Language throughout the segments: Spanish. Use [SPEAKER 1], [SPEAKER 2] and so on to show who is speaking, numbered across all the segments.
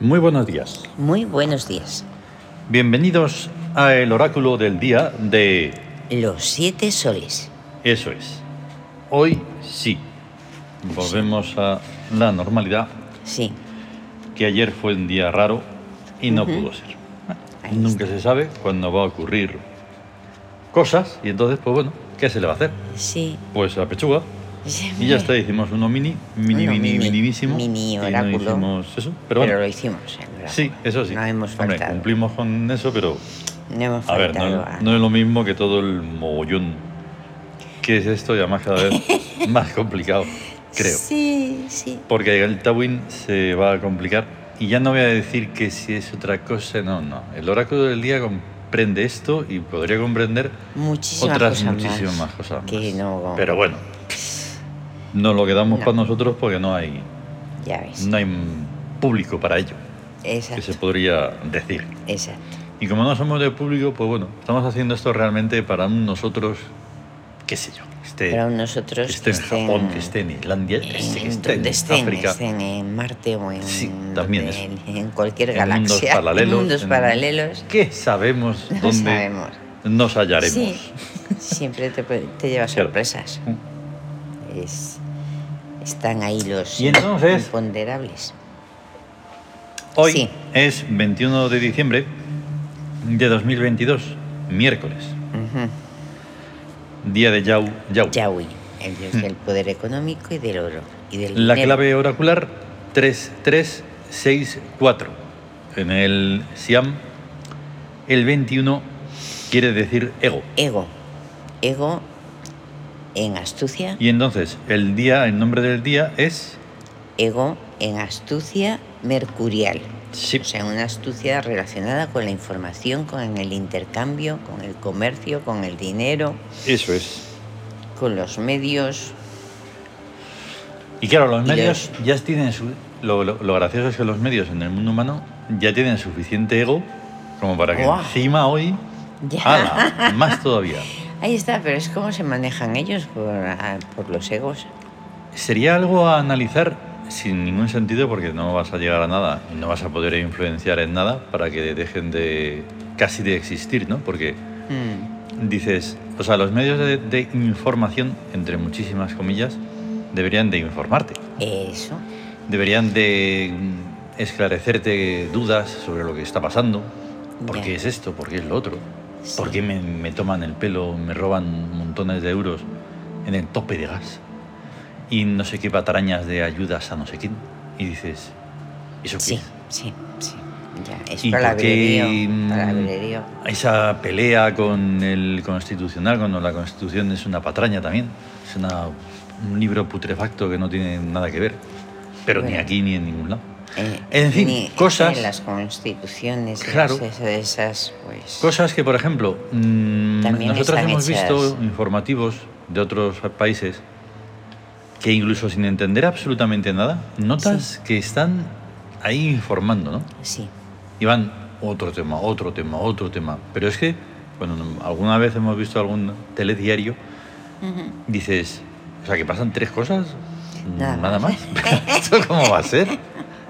[SPEAKER 1] Muy buenos días.
[SPEAKER 2] Muy buenos días.
[SPEAKER 1] Bienvenidos a el oráculo del día de...
[SPEAKER 2] Los siete soles.
[SPEAKER 1] Eso es. Hoy sí. Volvemos a la normalidad,
[SPEAKER 2] Sí.
[SPEAKER 1] que ayer fue un día raro y no pudo ser.
[SPEAKER 2] Ahí
[SPEAKER 1] Nunca se sabe cuándo va a ocurrir cosas y entonces, pues bueno, ¿qué se le va a hacer?
[SPEAKER 2] Sí.
[SPEAKER 1] Pues la pechuga. Y ya está, hicimos uno mini, mini,
[SPEAKER 2] Uno
[SPEAKER 1] mini,
[SPEAKER 2] mini,
[SPEAKER 1] minimísimo.
[SPEAKER 2] mini
[SPEAKER 1] y no
[SPEAKER 2] oráculo.
[SPEAKER 1] hicimos eso, pero
[SPEAKER 2] Pero,
[SPEAKER 1] bueno.
[SPEAKER 2] lo hicimos. el oráculo.
[SPEAKER 1] Sí, eso sí.
[SPEAKER 2] No hemos
[SPEAKER 1] Hombre,
[SPEAKER 2] faltado.
[SPEAKER 1] cumplimos con eso, pero
[SPEAKER 2] No hemos
[SPEAKER 1] A ver,
[SPEAKER 2] faltado.
[SPEAKER 1] no,
[SPEAKER 2] a-
[SPEAKER 1] no es lo mismo que todo el mogollón que es esto, y además cada vez más complicado, creo.
[SPEAKER 2] Sí, sí.
[SPEAKER 1] Porque el Tawin se va a complicar. Y ya no voy a decir que si es otra cosa, no, no. El oráculo del día comprende esto y podría comprender
[SPEAKER 2] Muchísimas
[SPEAKER 1] otras
[SPEAKER 2] cosas
[SPEAKER 1] muchísimas
[SPEAKER 2] más.
[SPEAKER 1] cosas más.
[SPEAKER 2] Que no.
[SPEAKER 1] Pero bueno, nos lo quedamos
[SPEAKER 2] No.
[SPEAKER 1] para nosotros porque no hay,
[SPEAKER 2] Ya ves.
[SPEAKER 1] no hay público para ello, que
[SPEAKER 2] exacto.
[SPEAKER 1] se podría decir.
[SPEAKER 2] Exacto.
[SPEAKER 1] Y como no somos de público, pues bueno, estamos haciendo esto realmente para un nosotros, qué sé yo, que esté,
[SPEAKER 2] Pero
[SPEAKER 1] que
[SPEAKER 2] nosotros. este
[SPEAKER 1] esté en Japón, que esté en Islandia, que esté, que
[SPEAKER 2] en
[SPEAKER 1] esté en
[SPEAKER 2] donde estén,
[SPEAKER 1] África.
[SPEAKER 2] estén en Marte o en,
[SPEAKER 1] Sí, también es-
[SPEAKER 2] en, en cualquier
[SPEAKER 1] en
[SPEAKER 2] este galaxia,
[SPEAKER 1] mundos paralelos.
[SPEAKER 2] en mundos
[SPEAKER 1] en-
[SPEAKER 2] paralelos,
[SPEAKER 1] ¿Qué sabemos
[SPEAKER 2] no
[SPEAKER 1] dónde
[SPEAKER 2] sabemos.
[SPEAKER 1] nos hallaremos?
[SPEAKER 2] Sí, siempre te, puede- te lleva
[SPEAKER 1] Claro. Mm.
[SPEAKER 2] sorpresas. Es- están ahí los
[SPEAKER 1] Y entonces-
[SPEAKER 2] imponderables.
[SPEAKER 1] Hoy
[SPEAKER 2] Sí.
[SPEAKER 1] es 21 de diciembre de 2022, miércoles,
[SPEAKER 2] Ujú.
[SPEAKER 1] día de Yau Yau.
[SPEAKER 2] Yahweh, el dios del poder económico y del oro. Y del
[SPEAKER 1] Mm. La
[SPEAKER 2] dinero.
[SPEAKER 1] clave oracular 3364. En el Siam, el 21 quiere decir ego.
[SPEAKER 2] Ego. Ego en astucia.
[SPEAKER 1] Y entonces, el día, el nombre del día es
[SPEAKER 2] Ego en astucia mercurial.
[SPEAKER 1] Sí.
[SPEAKER 2] O sea, una astucia relacionada con la información, con el intercambio, con el comercio, con el dinero,
[SPEAKER 1] Eso es.
[SPEAKER 2] con los medios.
[SPEAKER 1] Y claro, los
[SPEAKER 2] Y
[SPEAKER 1] medios ya tienen su. Lo, lo- lo gracioso es que los medios en el mundo humano ya tienen suficiente ego como para que
[SPEAKER 2] Guau.
[SPEAKER 1] encima hoy.
[SPEAKER 2] Ya.
[SPEAKER 1] Ah, ¡Hala! Más todavía.
[SPEAKER 2] Ahí está, pero es cómo se manejan ellos por, ah, por los egos.
[SPEAKER 1] Sería algo a analizar sin ningún sentido porque no vas a llegar a nada y no vas a poder influenciar en nada para que dejen de casi de existir, ¿no? Porque
[SPEAKER 2] Mm,
[SPEAKER 1] dices, o sea, los medios de, de información, entre muchísimas comillas, deberían de informarte,
[SPEAKER 2] Eso.
[SPEAKER 1] deberían de mm, esclarecerte dudas sobre lo que está pasando, por
[SPEAKER 2] Ya.
[SPEAKER 1] qué es esto, por qué es lo otro,
[SPEAKER 2] Sí.
[SPEAKER 1] por qué me, me toman el pelo, me roban montones de euros en el tope de gas y no sé qué patarañas de ayudas a no sé quién. Y dices, ¿eso qué
[SPEAKER 2] Sí,
[SPEAKER 1] es?
[SPEAKER 2] sí, sí. Ya, es
[SPEAKER 1] ¿Y por
[SPEAKER 2] palabrerío.
[SPEAKER 1] qué, mm,
[SPEAKER 2] palabrerío.
[SPEAKER 1] Esa pelea con el constitucional, cuando la constitución es una patraña también, es una- un libro putrefacto que no tiene nada que ver, pero ni
[SPEAKER 2] Bueno.
[SPEAKER 1] aquí ni en ningún lado.
[SPEAKER 2] Eh,
[SPEAKER 1] en fin,
[SPEAKER 2] ni-
[SPEAKER 1] cosas-
[SPEAKER 2] en las constituciones,
[SPEAKER 1] Claro.
[SPEAKER 2] claro. esas, pues.
[SPEAKER 1] Cosas que, por ejemplo, mm,
[SPEAKER 2] También
[SPEAKER 1] nosotros
[SPEAKER 2] están
[SPEAKER 1] hemos
[SPEAKER 2] hechas.
[SPEAKER 1] visto informativos de otros países que incluso sin entender absolutamente nada, notas que están ahí informando, ¿no?
[SPEAKER 2] Sí,
[SPEAKER 1] Y van otro tema, otro tema, otro tema. Pero es que, bueno, no- alguna vez hemos visto algún telediario, dices, o sea, que pasan tres cosas,
[SPEAKER 2] Nada
[SPEAKER 1] nada, más. ¿Esto cómo va a ser?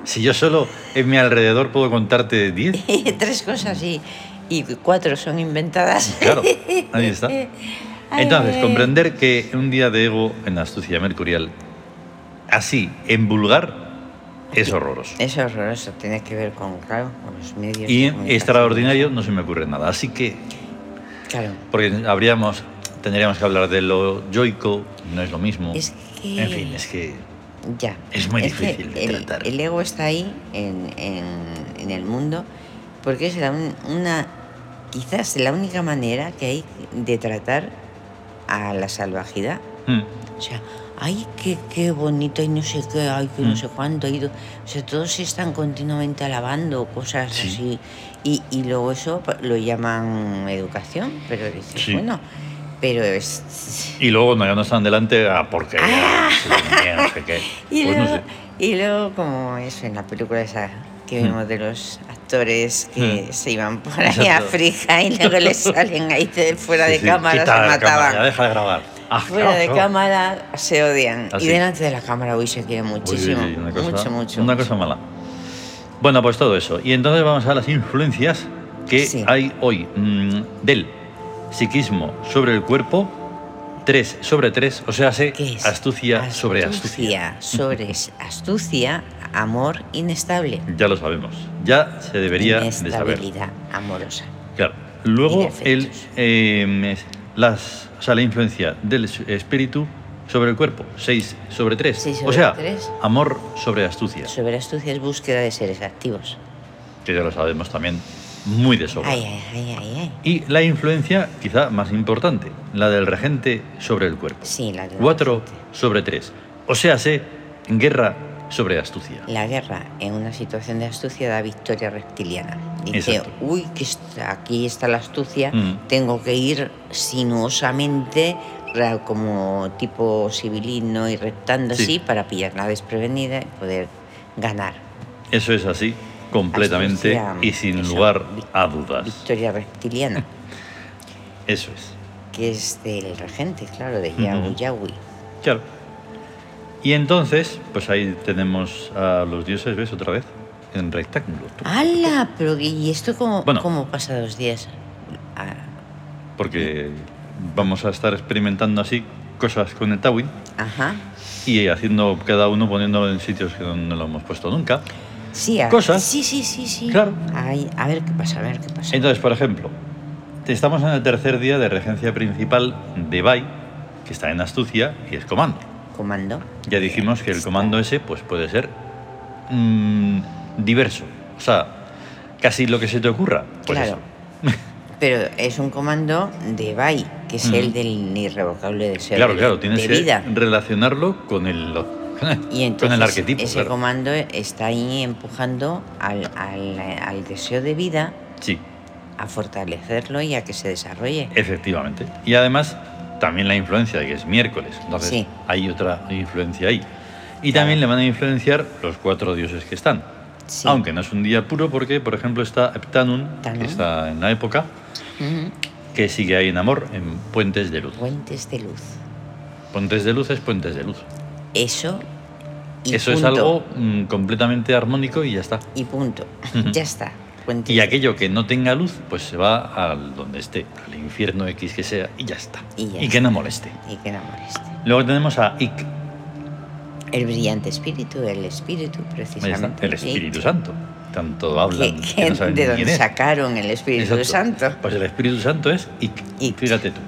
[SPEAKER 1] Si yo solo en mi alrededor puedo contarte diez.
[SPEAKER 2] tres cosas y, y cuatro son inventadas.
[SPEAKER 1] Claro, ahí está.
[SPEAKER 2] Ay,
[SPEAKER 1] Entonces,
[SPEAKER 2] ay,
[SPEAKER 1] comprender que un día de ego en astucia mercurial, así, en vulgar, es horroroso.
[SPEAKER 2] Es horroroso, tiene que ver con, claro, con los medios.
[SPEAKER 1] Y
[SPEAKER 2] de
[SPEAKER 1] en
[SPEAKER 2] comunicación.
[SPEAKER 1] extraordinario no se me ocurre nada. Así que,
[SPEAKER 2] Claro.
[SPEAKER 1] porque habríamos, tendríamos que hablar de lo yoico, no es lo mismo.
[SPEAKER 2] Es que.
[SPEAKER 1] En fin, es que
[SPEAKER 2] Ya.
[SPEAKER 1] Es muy
[SPEAKER 2] que
[SPEAKER 1] difícil de
[SPEAKER 2] el,
[SPEAKER 1] tratar.
[SPEAKER 2] El ego está ahí en, en- en el mundo porque es la un- una, quizás la única manera que hay de tratar a la salvajidad.
[SPEAKER 1] mm,
[SPEAKER 2] O sea, ay, qué, qué bonito, y no sé qué, ay, que
[SPEAKER 1] Mm.
[SPEAKER 2] no sé cuánto. Y, do- o sea, todos se están continuamente alabando cosas
[SPEAKER 1] Sí.
[SPEAKER 2] así. Y, y luego eso pa- lo llaman educación, pero dices,
[SPEAKER 1] Sí.
[SPEAKER 2] bueno, pero es,
[SPEAKER 1] y luego no, ya no están delante a porque no sé qué.
[SPEAKER 2] Ah. Y,
[SPEAKER 1] Pues no
[SPEAKER 2] luego,
[SPEAKER 1] sé.
[SPEAKER 2] y luego, como eso, en la película esa que
[SPEAKER 1] Hmm.
[SPEAKER 2] vimos de los actores que
[SPEAKER 1] Hmm.
[SPEAKER 2] se iban por ahí
[SPEAKER 1] Exacto.
[SPEAKER 2] a África y luego les salen ahí de- fuera
[SPEAKER 1] Sí,
[SPEAKER 2] de
[SPEAKER 1] sí,
[SPEAKER 2] cámara, se
[SPEAKER 1] quita la cámara,
[SPEAKER 2] mataban.
[SPEAKER 1] ya deja de grabar. Ah,
[SPEAKER 2] Fuera de
[SPEAKER 1] claro.
[SPEAKER 2] cámara se odian.
[SPEAKER 1] Ah,
[SPEAKER 2] Y
[SPEAKER 1] sí.
[SPEAKER 2] delante de la cámara hoy se quieren
[SPEAKER 1] Uy, uy,
[SPEAKER 2] muchísimo.
[SPEAKER 1] uy, una cosa-
[SPEAKER 2] mucho, mucho.
[SPEAKER 1] Una
[SPEAKER 2] mucho.
[SPEAKER 1] cosa mala. Bueno, pues todo eso. Y entonces vamos a las influencias que
[SPEAKER 2] Sí.
[SPEAKER 1] hay hoy mm, del psiquismo sobre el cuerpo, 3 sobre 3, o sea, se
[SPEAKER 2] ¿Qué es?
[SPEAKER 1] astucia, sobre astucia.
[SPEAKER 2] Astucia sobre astucia, amor inestable.
[SPEAKER 1] Ya lo sabemos, ya se debería de saber.
[SPEAKER 2] Inestabilidad amorosa.
[SPEAKER 1] Claro. Luego,
[SPEAKER 2] Y
[SPEAKER 1] el,
[SPEAKER 2] defectos.
[SPEAKER 1] eh, es- las, o sea, la influencia del es- espíritu sobre el cuerpo, 6 sobre 3.
[SPEAKER 2] Seis
[SPEAKER 1] o
[SPEAKER 2] sobre
[SPEAKER 1] sea,
[SPEAKER 2] tres.
[SPEAKER 1] amor sobre astucia,
[SPEAKER 2] Sobre astucia es búsqueda de seres activos.
[SPEAKER 1] que ya lo sabemos también muy de sobra.
[SPEAKER 2] Ay, ay, ay, ay, ay.
[SPEAKER 1] Y la influencia, quizá más importante, la del regente sobre el cuerpo.
[SPEAKER 2] Sí, la de-
[SPEAKER 1] 4 sobre 3. O sea, sé guerra sobre astucia.
[SPEAKER 2] La guerra en una situación de astucia da victoria reptiliana. Dice,
[SPEAKER 1] Exacto.
[SPEAKER 2] uy, que está- aquí está la astucia,
[SPEAKER 1] Mm.
[SPEAKER 2] tengo que ir sinuosamente, ra- como tipo civilino y reptando
[SPEAKER 1] Sí.
[SPEAKER 2] así, para pillar la desprevenida y poder ganar.
[SPEAKER 1] Eso es así, completamente
[SPEAKER 2] Astucia,
[SPEAKER 1] y sin
[SPEAKER 2] eso,
[SPEAKER 1] lugar
[SPEAKER 2] vic-
[SPEAKER 1] a dudas.
[SPEAKER 2] Victoria reptiliana,
[SPEAKER 1] Eso es.
[SPEAKER 2] que es del regente, claro, de
[SPEAKER 1] Ujú.
[SPEAKER 2] Yahweh Yahweh.
[SPEAKER 1] Claro. Y entonces, pues ahí tenemos a los dioses, ¿ves? Otra vez, en rectángulo.
[SPEAKER 2] ¡Hala! Pero, ¿y esto cómo,
[SPEAKER 1] Bueno.
[SPEAKER 2] cómo pasa dos días? Ah,
[SPEAKER 1] Porque vamos a estar experimentando así cosas con el Tawin
[SPEAKER 2] Ajá.
[SPEAKER 1] y haciendo cada uno poniéndolo en sitios que no, no lo hemos puesto nunca.
[SPEAKER 2] Sí, a-
[SPEAKER 1] Cosas.
[SPEAKER 2] Sí, sí, sí, sí.
[SPEAKER 1] Claro.
[SPEAKER 2] Ay, a ver qué pasa, a ver qué pasa.
[SPEAKER 1] Entonces, por ejemplo, estamos en el tercer día de regencia principal de Bai, que está en Astucia y es comando.
[SPEAKER 2] Comando.
[SPEAKER 1] Ya dijimos que el comando ese pues puede ser mm, diverso. O sea, casi lo que se te ocurra. Pues
[SPEAKER 2] claro. Pero es un comando de Bai, que es
[SPEAKER 1] Mm.
[SPEAKER 2] el del irrevocable
[SPEAKER 1] eso.
[SPEAKER 2] deseo
[SPEAKER 1] Claro,
[SPEAKER 2] de,
[SPEAKER 1] claro, tienes
[SPEAKER 2] de
[SPEAKER 1] que
[SPEAKER 2] vida.
[SPEAKER 1] relacionarlo con el,
[SPEAKER 2] Y
[SPEAKER 1] con
[SPEAKER 2] entonces
[SPEAKER 1] el arquetipo.
[SPEAKER 2] ese
[SPEAKER 1] claro.
[SPEAKER 2] comando está ahí empujando al, al- al deseo de vida
[SPEAKER 1] Sí,
[SPEAKER 2] a fortalecerlo y a que se desarrolle.
[SPEAKER 1] Eh, efectivamente. Y además, también la influencia de que es miércoles. Entonces,
[SPEAKER 2] Sí.
[SPEAKER 1] hay otra influencia ahí. Y también le van a influenciar los cuatro dioses que están.
[SPEAKER 2] Sí.
[SPEAKER 1] Aunque no es un día puro porque, por ejemplo, está Eptanun,
[SPEAKER 2] Heptanum.
[SPEAKER 1] que está en la época,
[SPEAKER 2] Ujú.
[SPEAKER 1] que sigue ahí en amor, en Puentes de Luz.
[SPEAKER 2] Puentes de luz.
[SPEAKER 1] Puentes de Luz es Puentes de Luz.
[SPEAKER 2] Eso. Y
[SPEAKER 1] Eso es
[SPEAKER 2] punto.
[SPEAKER 1] algo mm, completamente armónico y ya está.
[SPEAKER 2] Y punto.
[SPEAKER 1] Ujú.
[SPEAKER 2] ya está. Puentes
[SPEAKER 1] Y aquello que no tenga luz, pues se va al donde esté, al infierno X que sea, y ya está.
[SPEAKER 2] Y ya
[SPEAKER 1] que
[SPEAKER 2] está.
[SPEAKER 1] no moleste.
[SPEAKER 2] Y que no moleste.
[SPEAKER 1] Luego tenemos a Ik,
[SPEAKER 2] El brillante espíritu, el espíritu,
[SPEAKER 1] ahí está,
[SPEAKER 2] precisamente.
[SPEAKER 1] el
[SPEAKER 2] sí.
[SPEAKER 1] Espíritu Santo. Tanto
[SPEAKER 2] Que-
[SPEAKER 1] hablan que,
[SPEAKER 2] que-
[SPEAKER 1] no saben
[SPEAKER 2] de
[SPEAKER 1] ni
[SPEAKER 2] donde
[SPEAKER 1] quién es.
[SPEAKER 2] sacaron el Espíritu
[SPEAKER 1] Exacto.
[SPEAKER 2] Santo.
[SPEAKER 1] Pues el Espíritu Santo es Ik.
[SPEAKER 2] Ik.
[SPEAKER 1] Fíjate tú.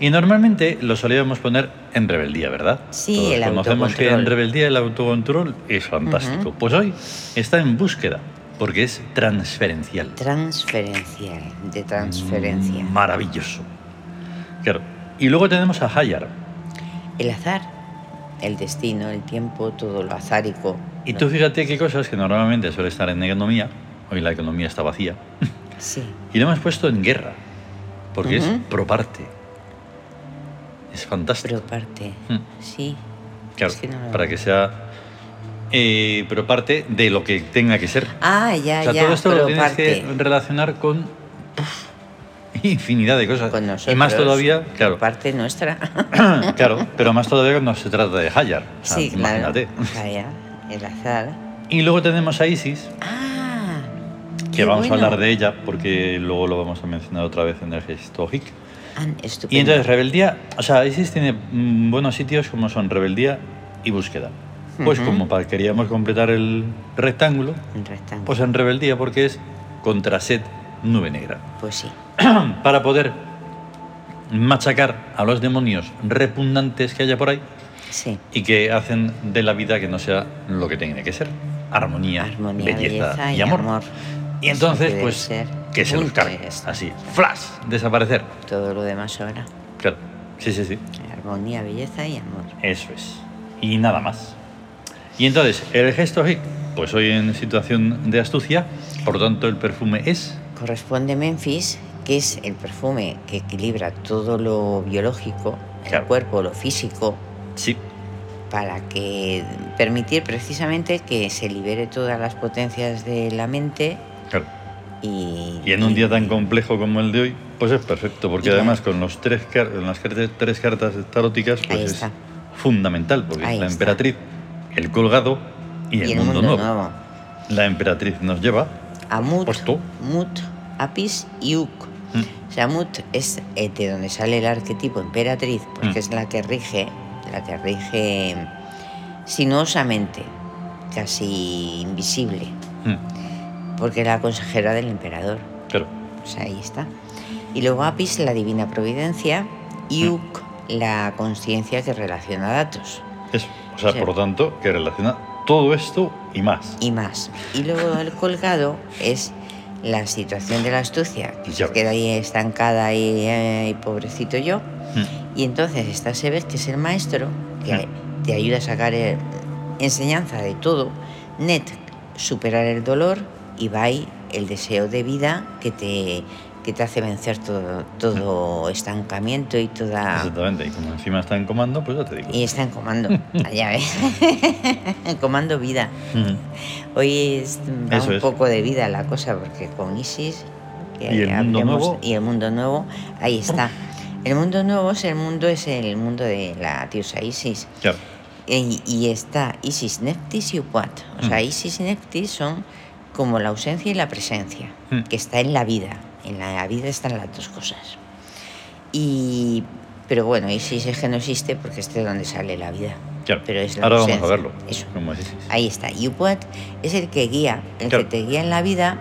[SPEAKER 1] Y normalmente lo solíamos poner en rebeldía, ¿verdad?
[SPEAKER 2] Sí,
[SPEAKER 1] Todos
[SPEAKER 2] el
[SPEAKER 1] Conocemos que en
[SPEAKER 2] autocontrol.
[SPEAKER 1] rebeldía el autocontrol es fantástico. Pues hoy está en búsqueda, porque es transferencial.
[SPEAKER 2] Transferencial, de transferencia.
[SPEAKER 1] Maravilloso. Claro. Y luego tenemos a Hayar.
[SPEAKER 2] El azar, el destino, el tiempo, todo lo azárico.
[SPEAKER 1] Y
[SPEAKER 2] ¿no?
[SPEAKER 1] tú fíjate qué cosas que normalmente suele estar en economía, hoy la economía está vacía,
[SPEAKER 2] Sí,
[SPEAKER 1] y lo hemos puesto en guerra, porque es
[SPEAKER 2] Ujú.
[SPEAKER 1] proparte. Es fantástico.
[SPEAKER 2] pero parte.
[SPEAKER 1] Mm.
[SPEAKER 2] Sí.
[SPEAKER 1] Claro,
[SPEAKER 2] es que no lo-
[SPEAKER 1] para que sea eh, pero parte de lo que tenga que ser.
[SPEAKER 2] Ah, ya,
[SPEAKER 1] o sea,
[SPEAKER 2] ya,
[SPEAKER 1] todo esto lo
[SPEAKER 2] pero
[SPEAKER 1] tienes
[SPEAKER 2] parte.
[SPEAKER 1] que relacionar con puf, infinidad de cosas.
[SPEAKER 2] Con nosotros.
[SPEAKER 1] y más todavía, claro,
[SPEAKER 2] Parte nuestra.
[SPEAKER 1] claro, pero más todavía cuando se trata de Hayar. O sea,
[SPEAKER 2] sí, claro.
[SPEAKER 1] imagínate.
[SPEAKER 2] Vaya, el azar.
[SPEAKER 1] Y luego tenemos a Isis,
[SPEAKER 2] Ah,
[SPEAKER 1] que
[SPEAKER 2] qué
[SPEAKER 1] vamos
[SPEAKER 2] bueno.
[SPEAKER 1] a hablar de ella porque luego lo vamos a mencionar otra vez en el gesto hic.
[SPEAKER 2] Ah,
[SPEAKER 1] Y
[SPEAKER 2] estupendo.
[SPEAKER 1] entonces rebeldía, o sea, Isis tiene mm, buenos sitios como son rebeldía y búsqueda. Pues
[SPEAKER 2] Ujú.
[SPEAKER 1] como para- queríamos completar el rectángulo,
[SPEAKER 2] Un rectángulo.
[SPEAKER 1] pues en rebeldía porque es contra set nube negra.
[SPEAKER 2] pues sí.
[SPEAKER 1] Para poder machacar a los demonios repugnantes que haya por ahí
[SPEAKER 2] Sí.
[SPEAKER 1] y que hacen de la vida que no sea lo que tiene que ser. Armonía,
[SPEAKER 2] Armonía,
[SPEAKER 1] belleza, y, amor. Y
[SPEAKER 2] Eso
[SPEAKER 1] entonces,
[SPEAKER 2] que debe
[SPEAKER 1] pues,
[SPEAKER 2] ser.
[SPEAKER 1] que se los
[SPEAKER 2] Punto,
[SPEAKER 1] cargue.
[SPEAKER 2] ya está.
[SPEAKER 1] Así, flash, desaparecer.
[SPEAKER 2] Todo lo demás ahora.
[SPEAKER 1] Claro, sí, sí, sí,
[SPEAKER 2] Armonía, belleza y amor.
[SPEAKER 1] eso es. Y nada más. Y entonces, el gesto hic, pues hoy en situación de astucia, por lo tanto el perfume es...
[SPEAKER 2] Corresponde Memphis, que es el perfume que equilibra todo lo biológico,
[SPEAKER 1] Claro.
[SPEAKER 2] el cuerpo, lo físico,
[SPEAKER 1] Sí,
[SPEAKER 2] para que permitir precisamente que se libere todas las potencias de la mente
[SPEAKER 1] claro.
[SPEAKER 2] y,
[SPEAKER 1] Y en un día tan complejo como el de hoy, pues es perfecto, porque
[SPEAKER 2] Y-
[SPEAKER 1] además con los tres car- con las car- tres cartas taróticas, pues
[SPEAKER 2] Ahí
[SPEAKER 1] es
[SPEAKER 2] está.
[SPEAKER 1] fundamental, porque
[SPEAKER 2] Ahí
[SPEAKER 1] es la
[SPEAKER 2] está.
[SPEAKER 1] emperatriz, el colgado y el, mundo, nuevo. La emperatriz nos lleva.
[SPEAKER 2] Amut,
[SPEAKER 1] Puesto.
[SPEAKER 2] Mut, Apis y Uc.
[SPEAKER 1] Mm.
[SPEAKER 2] O sea, Mut es eh, de donde sale el arquetipo emperatriz, porque
[SPEAKER 1] Mm.
[SPEAKER 2] es la que rige, la que rige sinuosamente, casi invisible,
[SPEAKER 1] Mm,
[SPEAKER 2] porque era consejera del emperador.
[SPEAKER 1] Claro.
[SPEAKER 2] O sea, ahí está. Y luego Apis, la divina providencia, y
[SPEAKER 1] Mm.
[SPEAKER 2] Uc, la conciencia que relaciona datos.
[SPEAKER 1] Eso. O sea,
[SPEAKER 2] Sí.
[SPEAKER 1] por lo tanto, que relaciona todo esto y más.
[SPEAKER 2] y más. Y luego el colgado es la situación de la astucia, que
[SPEAKER 1] Ya
[SPEAKER 2] se queda ahí estancada y, ay, pobrecito yo.
[SPEAKER 1] Mm,
[SPEAKER 2] Y entonces está Sebes, que es el maestro, que
[SPEAKER 1] Claro.
[SPEAKER 2] te ayuda a sacar eh, enseñanza de todo. Net, superar el dolor. Y Bai, el deseo de vida que te, que te hace vencer todo, todo estancamiento y toda...
[SPEAKER 1] Exactamente. Y como encima está en comando, pues ya te digo.
[SPEAKER 2] Y está en comando, allá ves. en comando vida.
[SPEAKER 1] Mm.
[SPEAKER 2] Hoy es, va
[SPEAKER 1] Eso
[SPEAKER 2] un
[SPEAKER 1] es.
[SPEAKER 2] poco de vida la cosa, porque con ISIS que
[SPEAKER 1] Y el mundo
[SPEAKER 2] hablemos-
[SPEAKER 1] nuevo.
[SPEAKER 2] y el mundo nuevo, ahí está. El mundo nuevo es el mundo, es el mundo de la diosa Isis.
[SPEAKER 1] Claro.
[SPEAKER 2] Y, y está Isis Neftis y Upuat. O sea,
[SPEAKER 1] Mm.
[SPEAKER 2] Isis Neftis son como la ausencia y la presencia,
[SPEAKER 1] Mm.
[SPEAKER 2] que está en la vida. En la vida están las dos cosas. Y, pero bueno, Isis es que no existe porque es de donde sale la vida.
[SPEAKER 1] Claro.
[SPEAKER 2] Pero es la
[SPEAKER 1] Ahora vamos a
[SPEAKER 2] ausencia.
[SPEAKER 1] verlo.
[SPEAKER 2] Eso.
[SPEAKER 1] Como dices.
[SPEAKER 2] Ahí está. Yupuat es el que guía, el
[SPEAKER 1] Claro.
[SPEAKER 2] que te guía en la vida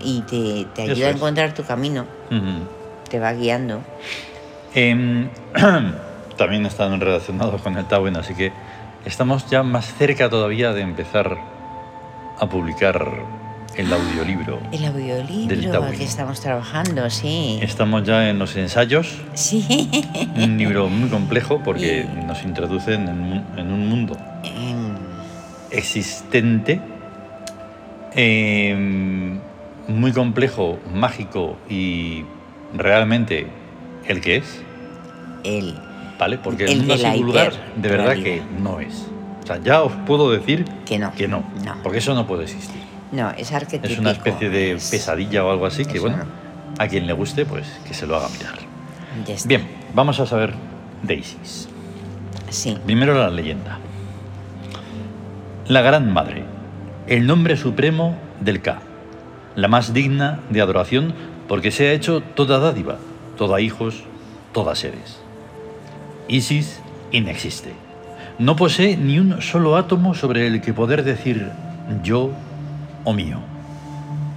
[SPEAKER 2] y te, te
[SPEAKER 1] Eso
[SPEAKER 2] ayuda a
[SPEAKER 1] es.
[SPEAKER 2] encontrar tu camino,
[SPEAKER 1] Ujú.
[SPEAKER 2] te va guiando.
[SPEAKER 1] Em, también están relacionados con el Tawin, así que estamos ya más cerca todavía de empezar a publicar el audiolibro.
[SPEAKER 2] El
[SPEAKER 1] Del
[SPEAKER 2] audiolibro
[SPEAKER 1] Tawin.
[SPEAKER 2] al que estamos trabajando, sí.
[SPEAKER 1] Estamos ya en los ensayos,
[SPEAKER 2] Sí.
[SPEAKER 1] un libro muy complejo porque
[SPEAKER 2] Y-
[SPEAKER 1] nos introduce en, el mu- en un mundo
[SPEAKER 2] Em,
[SPEAKER 1] existente, em, muy complejo, mágico y realmente el que es.
[SPEAKER 2] El,
[SPEAKER 1] ¿Vale? Porque el,
[SPEAKER 2] El
[SPEAKER 1] mundo
[SPEAKER 2] de la
[SPEAKER 1] así vulgar, de verdad que
[SPEAKER 2] hiperrealidad.
[SPEAKER 1] no es. O sea, ya os puedo decir
[SPEAKER 2] Que no.
[SPEAKER 1] Que no,
[SPEAKER 2] No.
[SPEAKER 1] Porque eso no puede existir.
[SPEAKER 2] no, es arquetípico.
[SPEAKER 1] Es una especie de
[SPEAKER 2] es-
[SPEAKER 1] pesadilla o algo así que,
[SPEAKER 2] eso
[SPEAKER 1] bueno,
[SPEAKER 2] no.
[SPEAKER 1] a quien le guste, pues que se lo haga mirar.
[SPEAKER 2] ya está.
[SPEAKER 1] Bien, vamos a saber de Isis.
[SPEAKER 2] Sí.
[SPEAKER 1] Primero la leyenda. La Gran Madre, el nombre supremo del Ka, la más digna de adoración porque se ha hecho toda dádiva, toda hijos, toda seres. Isis inexiste. No posee ni un solo átomo sobre el que poder decir yo o mío,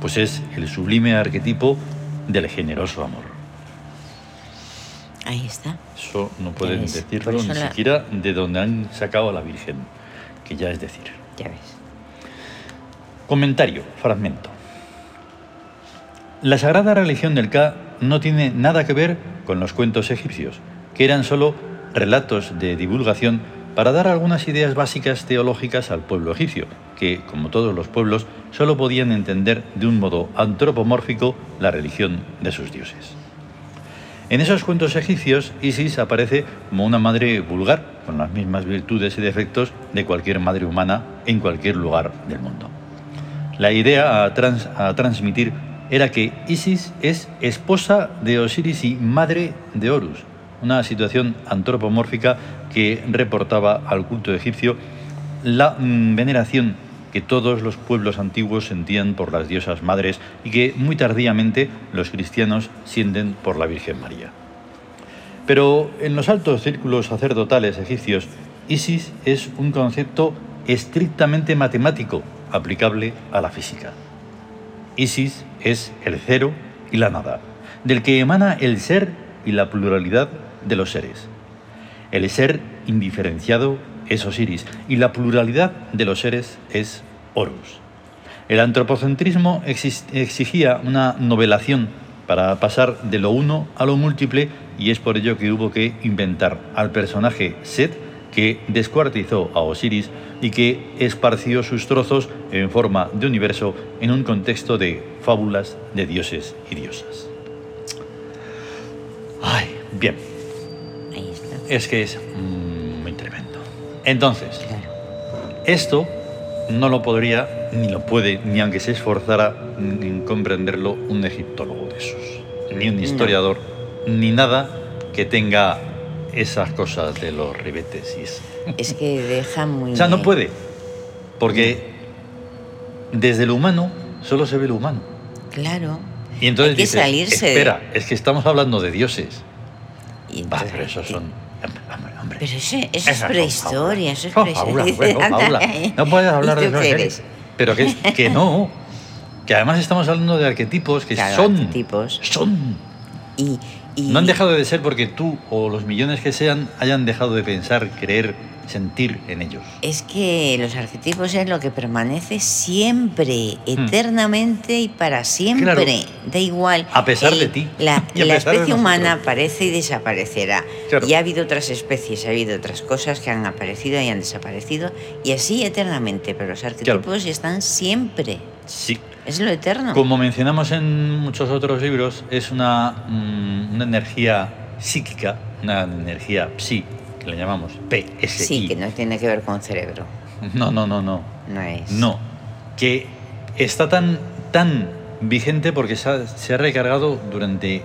[SPEAKER 1] pues es el sublime arquetipo del generoso amor.
[SPEAKER 2] Ahí está.
[SPEAKER 1] Eso no pueden
[SPEAKER 2] ves,
[SPEAKER 1] decirlo
[SPEAKER 2] por
[SPEAKER 1] ni
[SPEAKER 2] eso la-
[SPEAKER 1] siquiera de donde han sacado a la Virgen, que ya es decir.
[SPEAKER 2] Ya ves.
[SPEAKER 1] Comentario, fragmento. La sagrada religión del Ka no tiene nada que ver con los cuentos egipcios, que eran solo relatos de divulgación para dar algunas ideas básicas teológicas al pueblo egipcio, que, como todos los pueblos, solo podían entender de un modo antropomórfico la religión de sus dioses. En esos cuentos egipcios, Isis aparece como una madre vulgar, con las mismas virtudes y defectos de cualquier madre humana en cualquier lugar del mundo. La idea a, trans- a transmitir era que Isis es esposa de Osiris y madre de Horus, una situación antropomórfica que reportaba al culto egipcio la mm, veneración que todos los pueblos antiguos sentían por las diosas madres y que muy tardíamente los cristianos sienten por la Virgen María. Pero en los altos círculos sacerdotales egipcios, Isis es un concepto estrictamente matemático aplicable a la física. Isis es el cero y la nada, del que emana el ser y la pluralidad de los seres. El ser indiferenciado es Osiris y la pluralidad de los seres es Horus. El antropocentrismo exis- exigía una novelación para pasar de lo uno a lo múltiple y es por ello que hubo que inventar al personaje Set que descuartizó a Osiris y que esparció sus trozos en forma de universo en un contexto de fábulas de dioses y diosas. Ay, bien,
[SPEAKER 2] Ahí está.
[SPEAKER 1] es que es mm, muy tremendo. Entonces,
[SPEAKER 2] Claro.
[SPEAKER 1] esto no lo podría, ni lo puede, ni aunque se esforzara en comprenderlo un egiptólogo de esos, ni un historiador, ni nada que tenga esas cosas de los ribetes. Y eso.
[SPEAKER 2] Es que deja muy.
[SPEAKER 1] O sea, no
[SPEAKER 2] bien.
[SPEAKER 1] puede, porque desde lo humano solo se ve lo humano.
[SPEAKER 2] Claro.
[SPEAKER 1] Y entonces
[SPEAKER 2] Hay que
[SPEAKER 1] dices,
[SPEAKER 2] salirse de-
[SPEAKER 1] espera, es que estamos hablando de dioses.
[SPEAKER 2] Y
[SPEAKER 1] Va,
[SPEAKER 2] entonces-
[SPEAKER 1] pero esos son... Hombre, hombre.
[SPEAKER 2] Pero eso, eso
[SPEAKER 1] Esas
[SPEAKER 2] es
[SPEAKER 1] son
[SPEAKER 2] prehistoria, eso es
[SPEAKER 1] fábulas.
[SPEAKER 2] prehistoria.
[SPEAKER 1] Oh, fábulas, bueno, fábulas. No puedes hablar de
[SPEAKER 2] ¿Y tú
[SPEAKER 1] esas
[SPEAKER 2] qué
[SPEAKER 1] series.
[SPEAKER 2] eres?
[SPEAKER 1] Pero que, que no. Que además estamos hablando de arquetipos que
[SPEAKER 2] Claro,
[SPEAKER 1] son.
[SPEAKER 2] arquetipos.
[SPEAKER 1] Son.
[SPEAKER 2] Y, y-
[SPEAKER 1] No han dejado de ser porque tú o los millones que sean hayan dejado de pensar, creer, sentir en ellos.
[SPEAKER 2] Es que los arquetipos es lo que permanece siempre, eternamente y para siempre.
[SPEAKER 1] Hmm. Claro.
[SPEAKER 2] Da igual.
[SPEAKER 1] A pesar de ti.
[SPEAKER 2] La,
[SPEAKER 1] Y a
[SPEAKER 2] la
[SPEAKER 1] pesar de
[SPEAKER 2] especie humana
[SPEAKER 1] nosotros.
[SPEAKER 2] aparece y desaparecerá.
[SPEAKER 1] Claro.
[SPEAKER 2] Y ha habido otras especies, ha habido otras cosas que han aparecido y han desaparecido. Y así eternamente. Pero los arquetipos están siempre.
[SPEAKER 1] Sí.
[SPEAKER 2] Es lo eterno.
[SPEAKER 1] Como mencionamos en muchos otros libros, es una, mm, una energía psíquica, una energía psi, que le llamamos PSI.
[SPEAKER 2] Sí, que no tiene que ver con cerebro.
[SPEAKER 1] No, no, no, no.
[SPEAKER 2] No es.
[SPEAKER 1] No, que está tan, tan vigente porque se ha, se ha recargado durante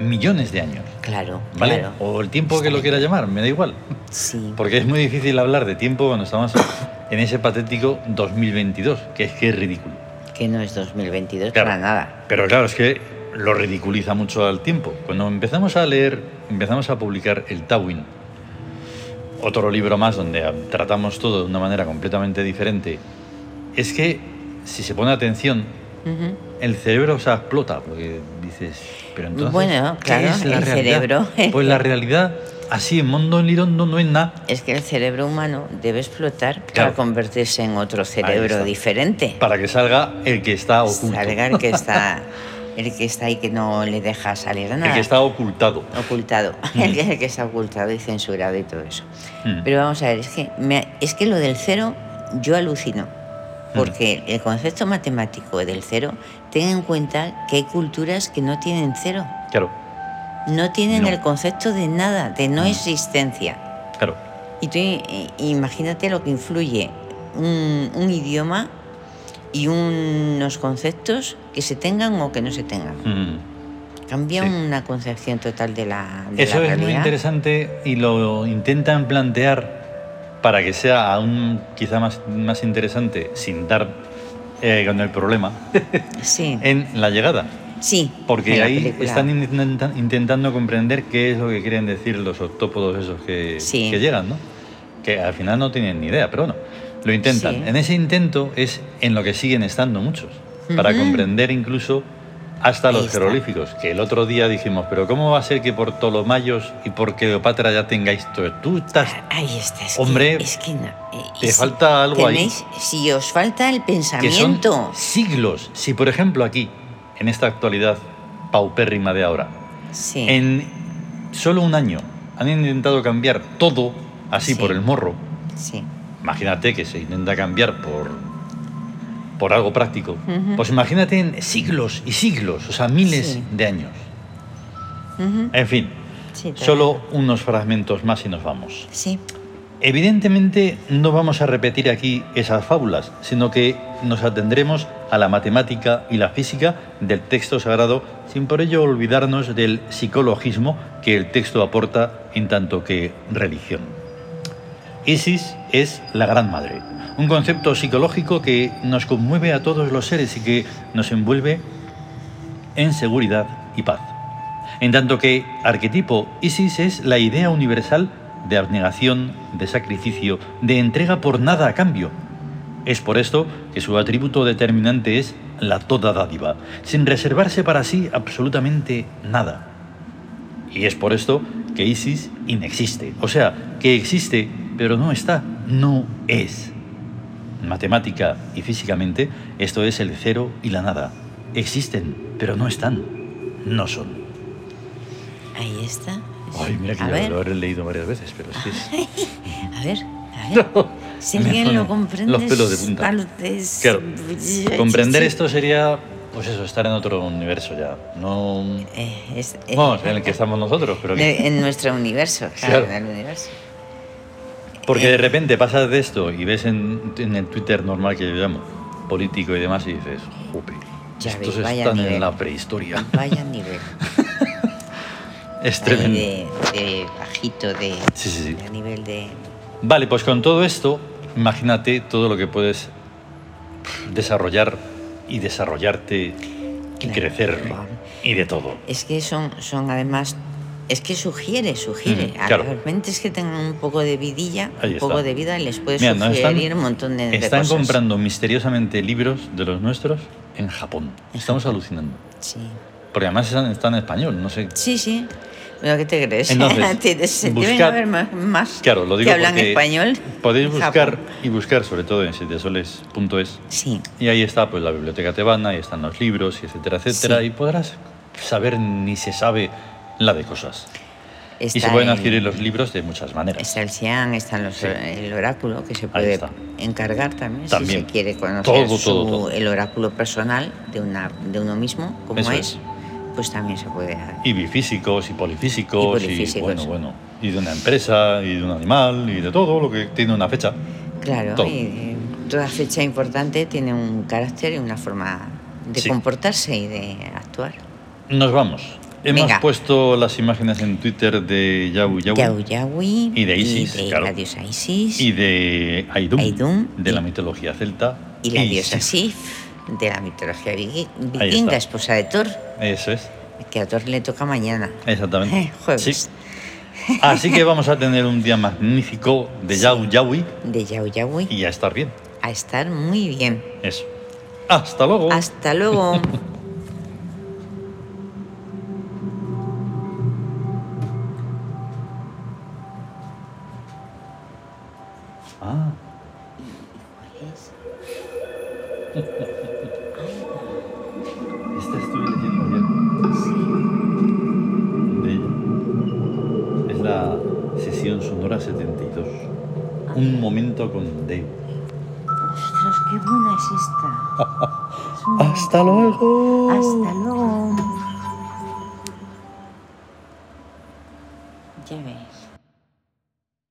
[SPEAKER 1] millones de años.
[SPEAKER 2] Claro,
[SPEAKER 1] ¿Vale?
[SPEAKER 2] claro.
[SPEAKER 1] O el tiempo que
[SPEAKER 2] Está
[SPEAKER 1] lo quiera llamar, me da igual.
[SPEAKER 2] Sí.
[SPEAKER 1] Porque es muy difícil hablar de tiempo cuando estamos en ese patético 2022, que es que es ridículo.
[SPEAKER 2] Que no es 2022
[SPEAKER 1] Claro.
[SPEAKER 2] para nada.
[SPEAKER 1] Pero claro, es que lo ridiculiza mucho al tiempo. Cuando empezamos a leer, empezamos a publicar el Tawin, otro libro más donde ah, tratamos todo de una manera completamente diferente, es que si se pone atención,
[SPEAKER 2] Ujú.
[SPEAKER 1] el cerebro se explota, porque dices, pero entonces,
[SPEAKER 2] Bueno,
[SPEAKER 1] ¿qué
[SPEAKER 2] claro,
[SPEAKER 1] es la
[SPEAKER 2] el
[SPEAKER 1] realidad?
[SPEAKER 2] cerebro.
[SPEAKER 1] Pues la realidad, así en mundo en lirondo, no es nada.
[SPEAKER 2] Es que el cerebro humano debe explotar
[SPEAKER 1] Claro.
[SPEAKER 2] para convertirse en otro
[SPEAKER 1] está.
[SPEAKER 2] cerebro diferente.
[SPEAKER 1] Para que salga el que está oculto.
[SPEAKER 2] Salga el que está, el que está ahí que no le deja salir a nada.
[SPEAKER 1] El que está ocultado.
[SPEAKER 2] ocultado,
[SPEAKER 1] Mm.
[SPEAKER 2] el, que, el que está ocultado y censurado y todo eso.
[SPEAKER 1] Mm.
[SPEAKER 2] Pero vamos a ver, es que me- es que lo del cero yo alucino. Porque el concepto matemático del cero, ten en cuenta que hay culturas que no tienen cero,
[SPEAKER 1] Claro,
[SPEAKER 2] no tienen
[SPEAKER 1] No.
[SPEAKER 2] el concepto de nada, de no
[SPEAKER 1] Mm.
[SPEAKER 2] existencia.
[SPEAKER 1] claro.
[SPEAKER 2] Y tú i- imagínate lo que influye un, un idioma y unos conceptos que se tengan o que no se tengan.
[SPEAKER 1] Mm.
[SPEAKER 2] Cambia
[SPEAKER 1] Sí.
[SPEAKER 2] una concepción total de la, de
[SPEAKER 1] Eso
[SPEAKER 2] la
[SPEAKER 1] es muy
[SPEAKER 2] realidad.
[SPEAKER 1] interesante y lo intentan plantear para que sea aún quizá más, más interesante sin dar eh, con el problema
[SPEAKER 2] Sí,
[SPEAKER 1] en la llegada.
[SPEAKER 2] sí. en
[SPEAKER 1] Eh, Porque
[SPEAKER 2] la
[SPEAKER 1] ahí
[SPEAKER 2] película.
[SPEAKER 1] están intenta- intentando comprender qué es lo que quieren decir los octópodos esos que,
[SPEAKER 2] Sí.
[SPEAKER 1] que llegan, ¿no? Que al final no tienen ni idea, pero bueno, lo intentan.
[SPEAKER 2] Sí.
[SPEAKER 1] En ese intento es en lo que siguen estando muchos, para
[SPEAKER 2] Ujú.
[SPEAKER 1] comprender incluso hasta
[SPEAKER 2] Ahí
[SPEAKER 1] los
[SPEAKER 2] está.
[SPEAKER 1] jeroglíficos, que el otro día dijimos, pero ¿cómo va a ser que por Ptolomayos y por Cleopatra ya tengáis todo? Tú estás...
[SPEAKER 2] Ah, Ahí está. es
[SPEAKER 1] Hombre,
[SPEAKER 2] que, es que no, eh, y
[SPEAKER 1] te
[SPEAKER 2] si
[SPEAKER 1] falta algo ahí.
[SPEAKER 2] tenéis- Si os falta el
[SPEAKER 1] que son
[SPEAKER 2] pensamiento.
[SPEAKER 1] siglos. Si por ejemplo aquí, en esta actualidad paupérrima de ahora,
[SPEAKER 2] Sí.
[SPEAKER 1] En solo un año han intentado cambiar todo así
[SPEAKER 2] Sí.
[SPEAKER 1] por el morro.
[SPEAKER 2] sí.
[SPEAKER 1] Imagínate que se intenta cambiar por, por algo práctico.
[SPEAKER 2] Ujú.
[SPEAKER 1] Pues imagínate en siglos y siglos, o sea, miles
[SPEAKER 2] Sí.
[SPEAKER 1] de años.
[SPEAKER 2] Ujú.
[SPEAKER 1] En fin,
[SPEAKER 2] Sí, tal-
[SPEAKER 1] solo unos fragmentos más y nos vamos.
[SPEAKER 2] Sí.
[SPEAKER 1] Evidentemente no vamos a repetir aquí esas fábulas, sino que nos atendremos a la matemática y la física del texto sagrado, sin por ello olvidarnos del psicologismo que el texto aporta en tanto que religión. Isis es la Gran Madre, un concepto psicológico que nos conmueve a todos los seres y que nos envuelve en seguridad y paz. En tanto que arquetipo Isis es la idea universal de abnegación, de sacrificio, de entrega por nada a cambio. Es por esto que su atributo determinante es la toda dádiva, sin reservarse para sí absolutamente nada. Y es por esto que Isis inexiste, o sea, que existe, pero no está, no es. Matemática y físicamente, esto es el cero y la nada. Existen, pero no están, no son.
[SPEAKER 2] Ahí está.
[SPEAKER 1] Ay, mira que
[SPEAKER 2] a,
[SPEAKER 1] yo
[SPEAKER 2] ver,
[SPEAKER 1] lo he leído varias veces, pero es que es...
[SPEAKER 2] a ver, a ver. Si
[SPEAKER 1] Me
[SPEAKER 2] alguien
[SPEAKER 1] ponen
[SPEAKER 2] lo comprende,
[SPEAKER 1] Los pelos de punta.
[SPEAKER 2] saludes.
[SPEAKER 1] Claro,
[SPEAKER 2] Sí,
[SPEAKER 1] comprender
[SPEAKER 2] sí.
[SPEAKER 1] esto sería, pues eso, estar en otro universo ya. No...
[SPEAKER 2] Eh, es- eh,
[SPEAKER 1] Vamos, en el que estamos nosotros, pero que...
[SPEAKER 2] de- en nuestro universo,
[SPEAKER 1] Claro.
[SPEAKER 2] claro, en el universo.
[SPEAKER 1] Porque de repente pasas de esto y ves en, en el Twitter normal que yo llamo, político y demás, y dices, jope,
[SPEAKER 2] Ya
[SPEAKER 1] estos
[SPEAKER 2] ves, vaya
[SPEAKER 1] están en
[SPEAKER 2] nivel.
[SPEAKER 1] la prehistoria.
[SPEAKER 2] Vaya nivel.
[SPEAKER 1] Es
[SPEAKER 2] ahí
[SPEAKER 1] tremendo.
[SPEAKER 2] De, de bajito, de,
[SPEAKER 1] Sí, sí, sí.
[SPEAKER 2] de a nivel de.
[SPEAKER 1] Vale, pues con todo esto, imagínate todo lo que puedes desarrollar y desarrollarte y
[SPEAKER 2] Claro,
[SPEAKER 1] crecer
[SPEAKER 2] claro.
[SPEAKER 1] y de todo.
[SPEAKER 2] Es que son, son además, es que sugiere, sugiere.
[SPEAKER 1] Mm,
[SPEAKER 2] a
[SPEAKER 1] claro.
[SPEAKER 2] las mentes que tengan un poco de vidilla,
[SPEAKER 1] Ahí
[SPEAKER 2] un
[SPEAKER 1] está.
[SPEAKER 2] poco de vida, les puede
[SPEAKER 1] Mira, nos
[SPEAKER 2] sugerir
[SPEAKER 1] están-
[SPEAKER 2] un montón de, de
[SPEAKER 1] Están
[SPEAKER 2] cosas.
[SPEAKER 1] comprando misteriosamente libros de los nuestros en Japón. Estamos alucinando.
[SPEAKER 2] Sí,
[SPEAKER 1] Porque además están, están en español, no sé.
[SPEAKER 2] sí. sí. Bueno, ¿qué te crees?
[SPEAKER 1] Entonces,
[SPEAKER 2] Tienes- deben
[SPEAKER 1] buscad-
[SPEAKER 2] haber más, más
[SPEAKER 1] Claro, lo digo
[SPEAKER 2] que hablan
[SPEAKER 1] porque
[SPEAKER 2] español.
[SPEAKER 1] Podéis
[SPEAKER 2] en
[SPEAKER 1] buscar
[SPEAKER 2] Japón.
[SPEAKER 1] y buscar sobre todo en sitiesoles.es
[SPEAKER 2] Sí,
[SPEAKER 1] y ahí está pues la biblioteca tebana, ahí están los libros, y etcétera, etcétera,
[SPEAKER 2] Sí.
[SPEAKER 1] y podrás saber ni se sabe la de cosas.
[SPEAKER 2] está
[SPEAKER 1] y se pueden
[SPEAKER 2] el-
[SPEAKER 1] adquirir los libros de muchas maneras.
[SPEAKER 2] Está el Siam, está los-
[SPEAKER 1] Sí.
[SPEAKER 2] el oráculo que se puede
[SPEAKER 1] está.
[SPEAKER 2] encargar también,
[SPEAKER 1] También.
[SPEAKER 2] si se quiere conocer
[SPEAKER 1] Todo, todo,
[SPEAKER 2] su-
[SPEAKER 1] todo.
[SPEAKER 2] el oráculo personal de, una, de uno mismo, como
[SPEAKER 1] Eso
[SPEAKER 2] es,
[SPEAKER 1] es.
[SPEAKER 2] pues también se puede hacer.
[SPEAKER 1] Y bifísicos y polifísicos
[SPEAKER 2] Y
[SPEAKER 1] y,
[SPEAKER 2] polifísicos.
[SPEAKER 1] bueno, bueno, y de una empresa y de un animal y de todo lo que tiene una fecha.
[SPEAKER 2] Claro,
[SPEAKER 1] todo.
[SPEAKER 2] y, eh, toda fecha importante tiene un carácter y una forma de
[SPEAKER 1] Sí.
[SPEAKER 2] comportarse y de actuar.
[SPEAKER 1] Nos vamos. Hemos
[SPEAKER 2] Venga.
[SPEAKER 1] puesto las imágenes en Twitter de Yau Yau
[SPEAKER 2] Yau Yaui
[SPEAKER 1] Y de Isis,
[SPEAKER 2] y de
[SPEAKER 1] claro.
[SPEAKER 2] la diosa Isis
[SPEAKER 1] y de Aidum,
[SPEAKER 2] Aidum
[SPEAKER 1] de la
[SPEAKER 2] y-
[SPEAKER 1] mitología celta.
[SPEAKER 2] y la
[SPEAKER 1] Y
[SPEAKER 2] diosa
[SPEAKER 1] sí,
[SPEAKER 2] Sif de la mitología viki-
[SPEAKER 1] Ahí está.
[SPEAKER 2] vikinga, esposa de Thor,
[SPEAKER 1] Eso es,
[SPEAKER 2] que a Thor le toca mañana.
[SPEAKER 1] exactamente.
[SPEAKER 2] Eh, Jueves.
[SPEAKER 1] Sí. Así que vamos a tener un día magnífico de
[SPEAKER 2] Sí.
[SPEAKER 1] Yau Yaui
[SPEAKER 2] de Yao Yaui
[SPEAKER 1] y a estar bien.
[SPEAKER 2] a estar muy bien.
[SPEAKER 1] Eso. Hasta luego.
[SPEAKER 2] Hasta luego.
[SPEAKER 1] Ah. Esta Este estuve leyendo ayer de ella. Es la sesión sonora 72. Un momento con Dave.
[SPEAKER 2] Ostras, qué buena es esta.
[SPEAKER 1] Hasta luego.
[SPEAKER 2] Hasta luego.